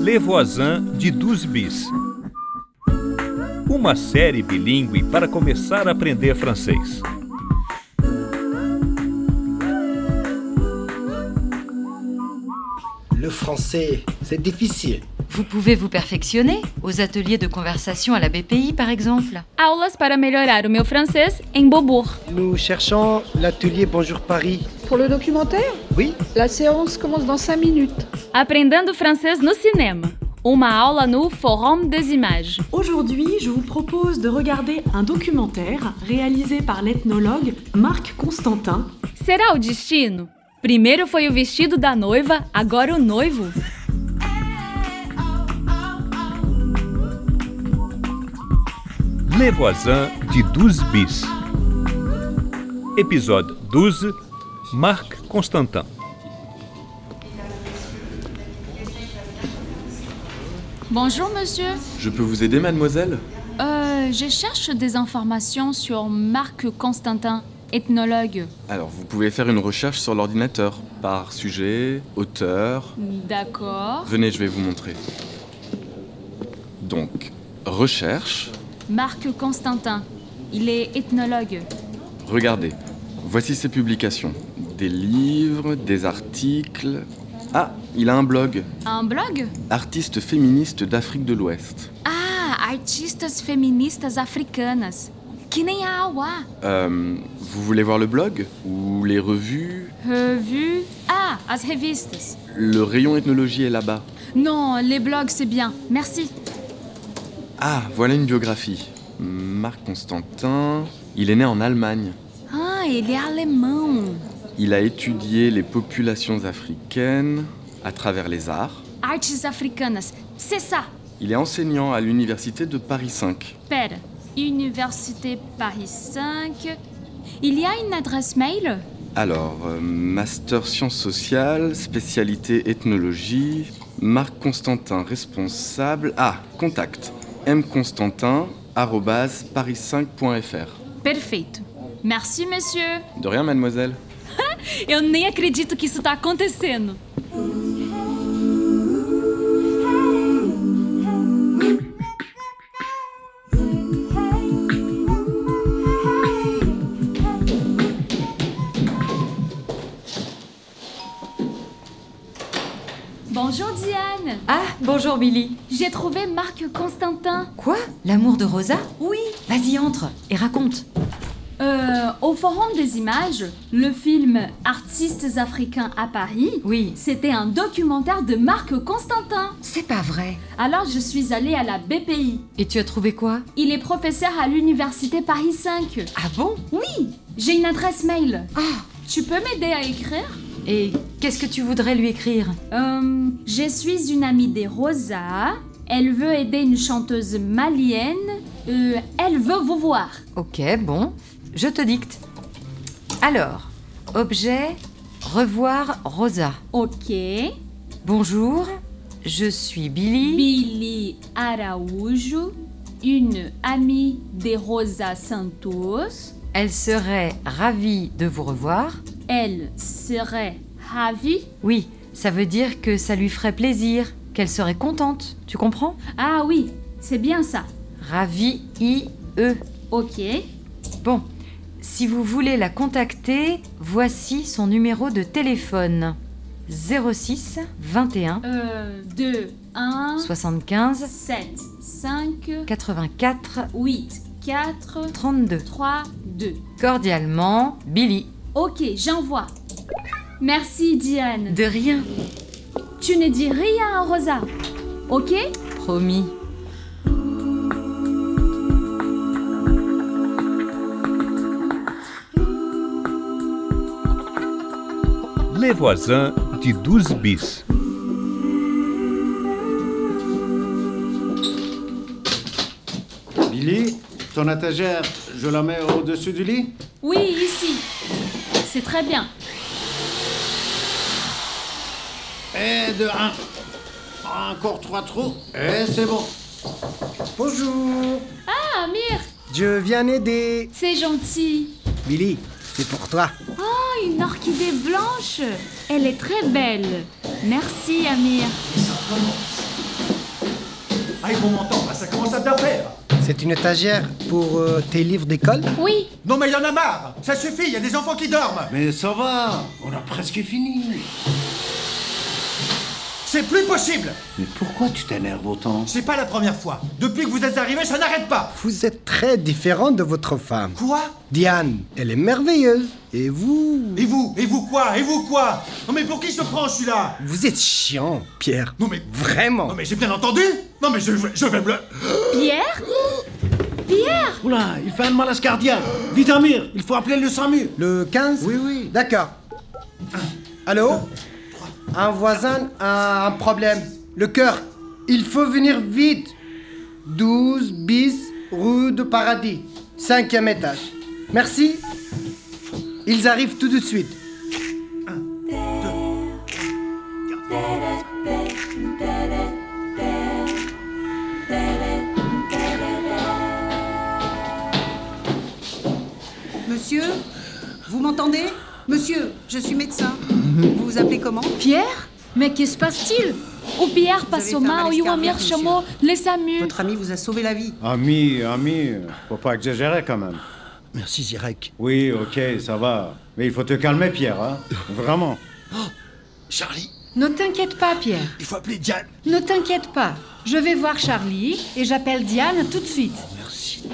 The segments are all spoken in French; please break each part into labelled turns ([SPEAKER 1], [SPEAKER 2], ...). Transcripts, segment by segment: [SPEAKER 1] Levoisin de Duzbis. Uma série bilíngue para começar a aprender francês.
[SPEAKER 2] Le français, c'est difficile.
[SPEAKER 3] Vous pouvez vous perfectionner aux ateliers de conversation à la BPI, par exemple.
[SPEAKER 4] Aulas para melhorar o meu francês em Beaubourg.
[SPEAKER 2] Nous cherchons l'atelier Bonjour Paris.
[SPEAKER 5] Pour le documentaire,
[SPEAKER 2] Oui,
[SPEAKER 5] la séance commence dans 5 minutes.
[SPEAKER 4] Aprendendo francês no cinema. Uma aula no Forum des Images.
[SPEAKER 6] Aujourd'hui, je vous propose de regarder un documentaire réalisé par l'ethnologue Marc Constantin.
[SPEAKER 4] Será o destino? Primeiro foi o vestido da noiva, agora o noivo.
[SPEAKER 1] Levoisin de Duzbis. Épisode 12 Marc Constantin.
[SPEAKER 7] Bonjour monsieur,
[SPEAKER 8] Je peux vous aider, mademoiselle
[SPEAKER 7] Euh, je cherche des informations sur Marc Constantin, ethnologue.
[SPEAKER 8] Alors, vous pouvez faire une recherche sur l'ordinateur, par sujet, auteur.
[SPEAKER 7] D'accord.
[SPEAKER 8] Venez, je vais vous montrer. Donc, recherche,
[SPEAKER 7] Marc Constantin, il est ethnologue.
[SPEAKER 8] regardez. Voici ses publications. Des livres, des articles. Ah, il a un blog.
[SPEAKER 7] Un blog
[SPEAKER 8] Artiste féministe d'Afrique de l'Ouest.
[SPEAKER 7] Ah, artistas feministas africanas. Que nem a Awa.
[SPEAKER 8] Euh, vous voulez voir le blog Ou les revues
[SPEAKER 7] Revue. Euh, Ah, as revistas.
[SPEAKER 8] Le rayon ethnologie est là-bas.
[SPEAKER 7] Non, les blogs c'est bien, merci.
[SPEAKER 8] Ah, voilà une biographie. Marc Constantin. Il est né en Allemagne.
[SPEAKER 7] Ah, ele é alemão.
[SPEAKER 8] Il a étudié les populations africaines à travers les arts.
[SPEAKER 7] Artes africanas, c'est ça.
[SPEAKER 8] Il est enseignant à l'université de Paris 5.
[SPEAKER 7] Père, Université Paris 5. Il y a une adresse mail
[SPEAKER 8] Alors, euh, master sciences sociales, spécialité ethnologie, Marc Constantin responsable. Ah, contact mconstantin@paris5.fr.
[SPEAKER 7] Perfeito. Merci, monsieur.
[SPEAKER 8] De rien, mademoiselle.
[SPEAKER 7] Eu nem acredito que isso tá acontecendo. Bonjour Diane.
[SPEAKER 9] Ah, bonjour Billy.
[SPEAKER 7] J'ai trouvé Marc Constantin
[SPEAKER 3] Quoi L'amour de Rosa
[SPEAKER 7] Oui.
[SPEAKER 3] Vas-y, entre et raconte.
[SPEAKER 7] Euh, au Forum des images, le film Artistes africains à Paris,
[SPEAKER 3] Oui.
[SPEAKER 7] c'était un documentaire de Marc Constantin.
[SPEAKER 3] C'est pas vrai.
[SPEAKER 7] Alors je suis allée à la BPI.
[SPEAKER 3] Et tu as trouvé quoi
[SPEAKER 7] Il est professeur à l'université Paris 5.
[SPEAKER 3] Ah bon
[SPEAKER 7] Oui, j'ai une adresse mail.
[SPEAKER 3] Ah
[SPEAKER 7] Tu peux m'aider à écrire
[SPEAKER 3] Et qu'est-ce que tu voudrais lui écrire
[SPEAKER 7] Euh, Je suis une amie des Rosa. Elle veut aider une chanteuse malienne. Euh, elle veut vous voir.
[SPEAKER 3] Ok, bon, je te dicte. Alors, objet, revoir Rosa.
[SPEAKER 7] Ok.
[SPEAKER 3] Bonjour, je suis Billy.
[SPEAKER 7] Billy Araújo, une amie des Rosa Santos.
[SPEAKER 3] Elle serait ravie de vous revoir.
[SPEAKER 7] Elle serait ravie.
[SPEAKER 3] Oui, ça veut dire que ça lui ferait plaisir, qu'elle serait contente, tu comprends
[SPEAKER 7] Ah oui, c'est bien ça.
[SPEAKER 3] Ravie, I-E.
[SPEAKER 7] Ok.
[SPEAKER 3] E. Bon, si vous voulez la contacter, voici son numéro de téléphone. 06 21
[SPEAKER 7] Euh, 2, 1,
[SPEAKER 3] 75
[SPEAKER 7] 7, 5,
[SPEAKER 3] 84
[SPEAKER 7] 8, 4,
[SPEAKER 3] 32.
[SPEAKER 7] 3, 2.
[SPEAKER 3] Cordialement, Billy.
[SPEAKER 7] Ok, j'envoie. Merci Diane.
[SPEAKER 3] De rien,
[SPEAKER 7] Tu ne dis rien à Rosa. Ok
[SPEAKER 3] promis.
[SPEAKER 1] Levoisin de Duzbis.
[SPEAKER 10] Billy, ton étagère, je la mets au-dessus du lit
[SPEAKER 7] Oui, ici. C'est très bien.
[SPEAKER 10] Et de un. Encore trois trous. Et Eh, c'est bon.
[SPEAKER 2] Bonjour,
[SPEAKER 7] Ah, Amir,
[SPEAKER 2] je viens aider.
[SPEAKER 7] c'est gentil.
[SPEAKER 2] Billy, c'est pour toi.
[SPEAKER 7] Oh, une orchidée blanche. Elle est très belle. Merci, Amir.
[SPEAKER 9] Aïe, bon menton, là, ça commence à bien faire.
[SPEAKER 2] C'est une étagère pour euh, tes livres d'école
[SPEAKER 7] Oui,
[SPEAKER 9] Non, mais il y en a marre. Ça suffit, il y a des enfants qui dorment.
[SPEAKER 10] Mais ça va, on a presque fini.
[SPEAKER 9] C'est plus possible.
[SPEAKER 10] Mais pourquoi tu t'énerves autant
[SPEAKER 9] C'est pas la première fois. Depuis que vous êtes arrivés, ça n'arrête pas.
[SPEAKER 2] Vous êtes très différent de votre femme.
[SPEAKER 9] Quoi
[SPEAKER 2] Diane, elle est merveilleuse. Et vous
[SPEAKER 9] Et vous Et vous quoi Et vous quoi Non, mais pour qui se prend celui-là
[SPEAKER 2] Vous êtes chiant, Pierre.
[SPEAKER 9] Non, mais.
[SPEAKER 2] Vraiment.
[SPEAKER 9] Non, mais j'ai bien entendu. Non, mais je, je vais me le.
[SPEAKER 7] Pierre Pierre
[SPEAKER 10] Oula, il fait un malaise cardiaque. Vite Amir, il faut appeler le SAMU.
[SPEAKER 2] Le 15
[SPEAKER 10] Oui, oui.
[SPEAKER 2] D'accord. Allô Un voisin a un problème. Le cœur. Il faut venir vite. 12 bis rue de Paradis. Cinquième étage. Merci. Ils arrivent tout de suite.
[SPEAKER 11] Monsieur, vous m'entendez Monsieur, je suis médecin. Vous vous appelez comment
[SPEAKER 7] Pierre Mais que se passe-t-il O Pierre passou
[SPEAKER 11] fait un
[SPEAKER 7] mal e o
[SPEAKER 11] malaise
[SPEAKER 7] Amir
[SPEAKER 11] cardiaque,
[SPEAKER 7] chamou les SAMU.
[SPEAKER 11] Votre ami vous a sauvé la vie.
[SPEAKER 10] Ami, Amir, faut pas exagérer quand même.
[SPEAKER 2] Merci, Zirek.
[SPEAKER 10] Oui, ok, ça va. Mais il faut te calmer, Pierre, hein. Vraiment.
[SPEAKER 9] Charlie,
[SPEAKER 12] Oh, Ne t'inquiète pas, Pierre.
[SPEAKER 9] il faut appeler Diane.
[SPEAKER 12] Ne t'inquiète
[SPEAKER 5] Ah.
[SPEAKER 12] pas. Je vais voir Charlie et j'appelle Diane tout de suite. Merci.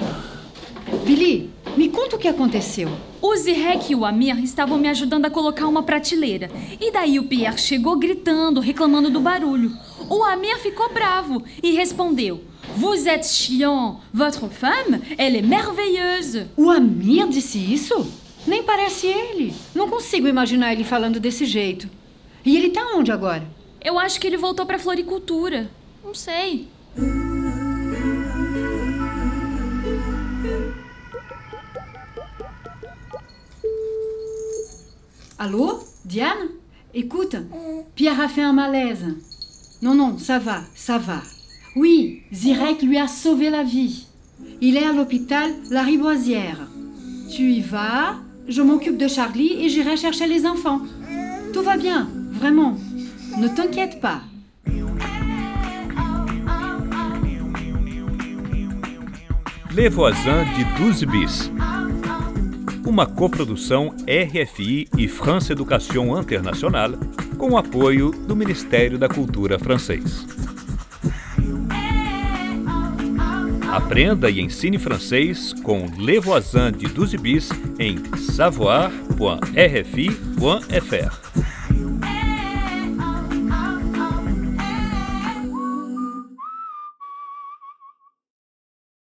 [SPEAKER 12] Billy, me conta o que aconteceu.
[SPEAKER 7] O Zirek e o Amir estavam me ajudando a colocar uma prateleira. E daí o Pierre chegou gritando, reclamando do barulho. O Amir ficou bravo e respondeu: Vous êtes chiant, votre femme, elle est merveilleuse.
[SPEAKER 12] O Amir disse isso? Nem parece ele. Não consigo imaginar ele falando desse jeito. E ele tá onde agora?
[SPEAKER 7] Eu acho que ele voltou pra floricultura. Não sei.
[SPEAKER 12] Allô Diane Écoute, Pierre a fait un malaise. Non, non, ça va, ça va. Oui, Zirek lui a sauvé la vie. Il est à l'hôpital La Riboisière. Tu y vas, je m'occupe de Charlie et j'irai chercher les enfants. Tout va bien, vraiment. Ne t'inquiète pas.
[SPEAKER 1] Le Voisin de 12 Bis. Uma coprodução RFI e França Education Internacional, com o apoio do Ministério da Cultura francês. Aprenda e ensine francês com Le Voisin de 12 Bis em savoir.rfi.fr.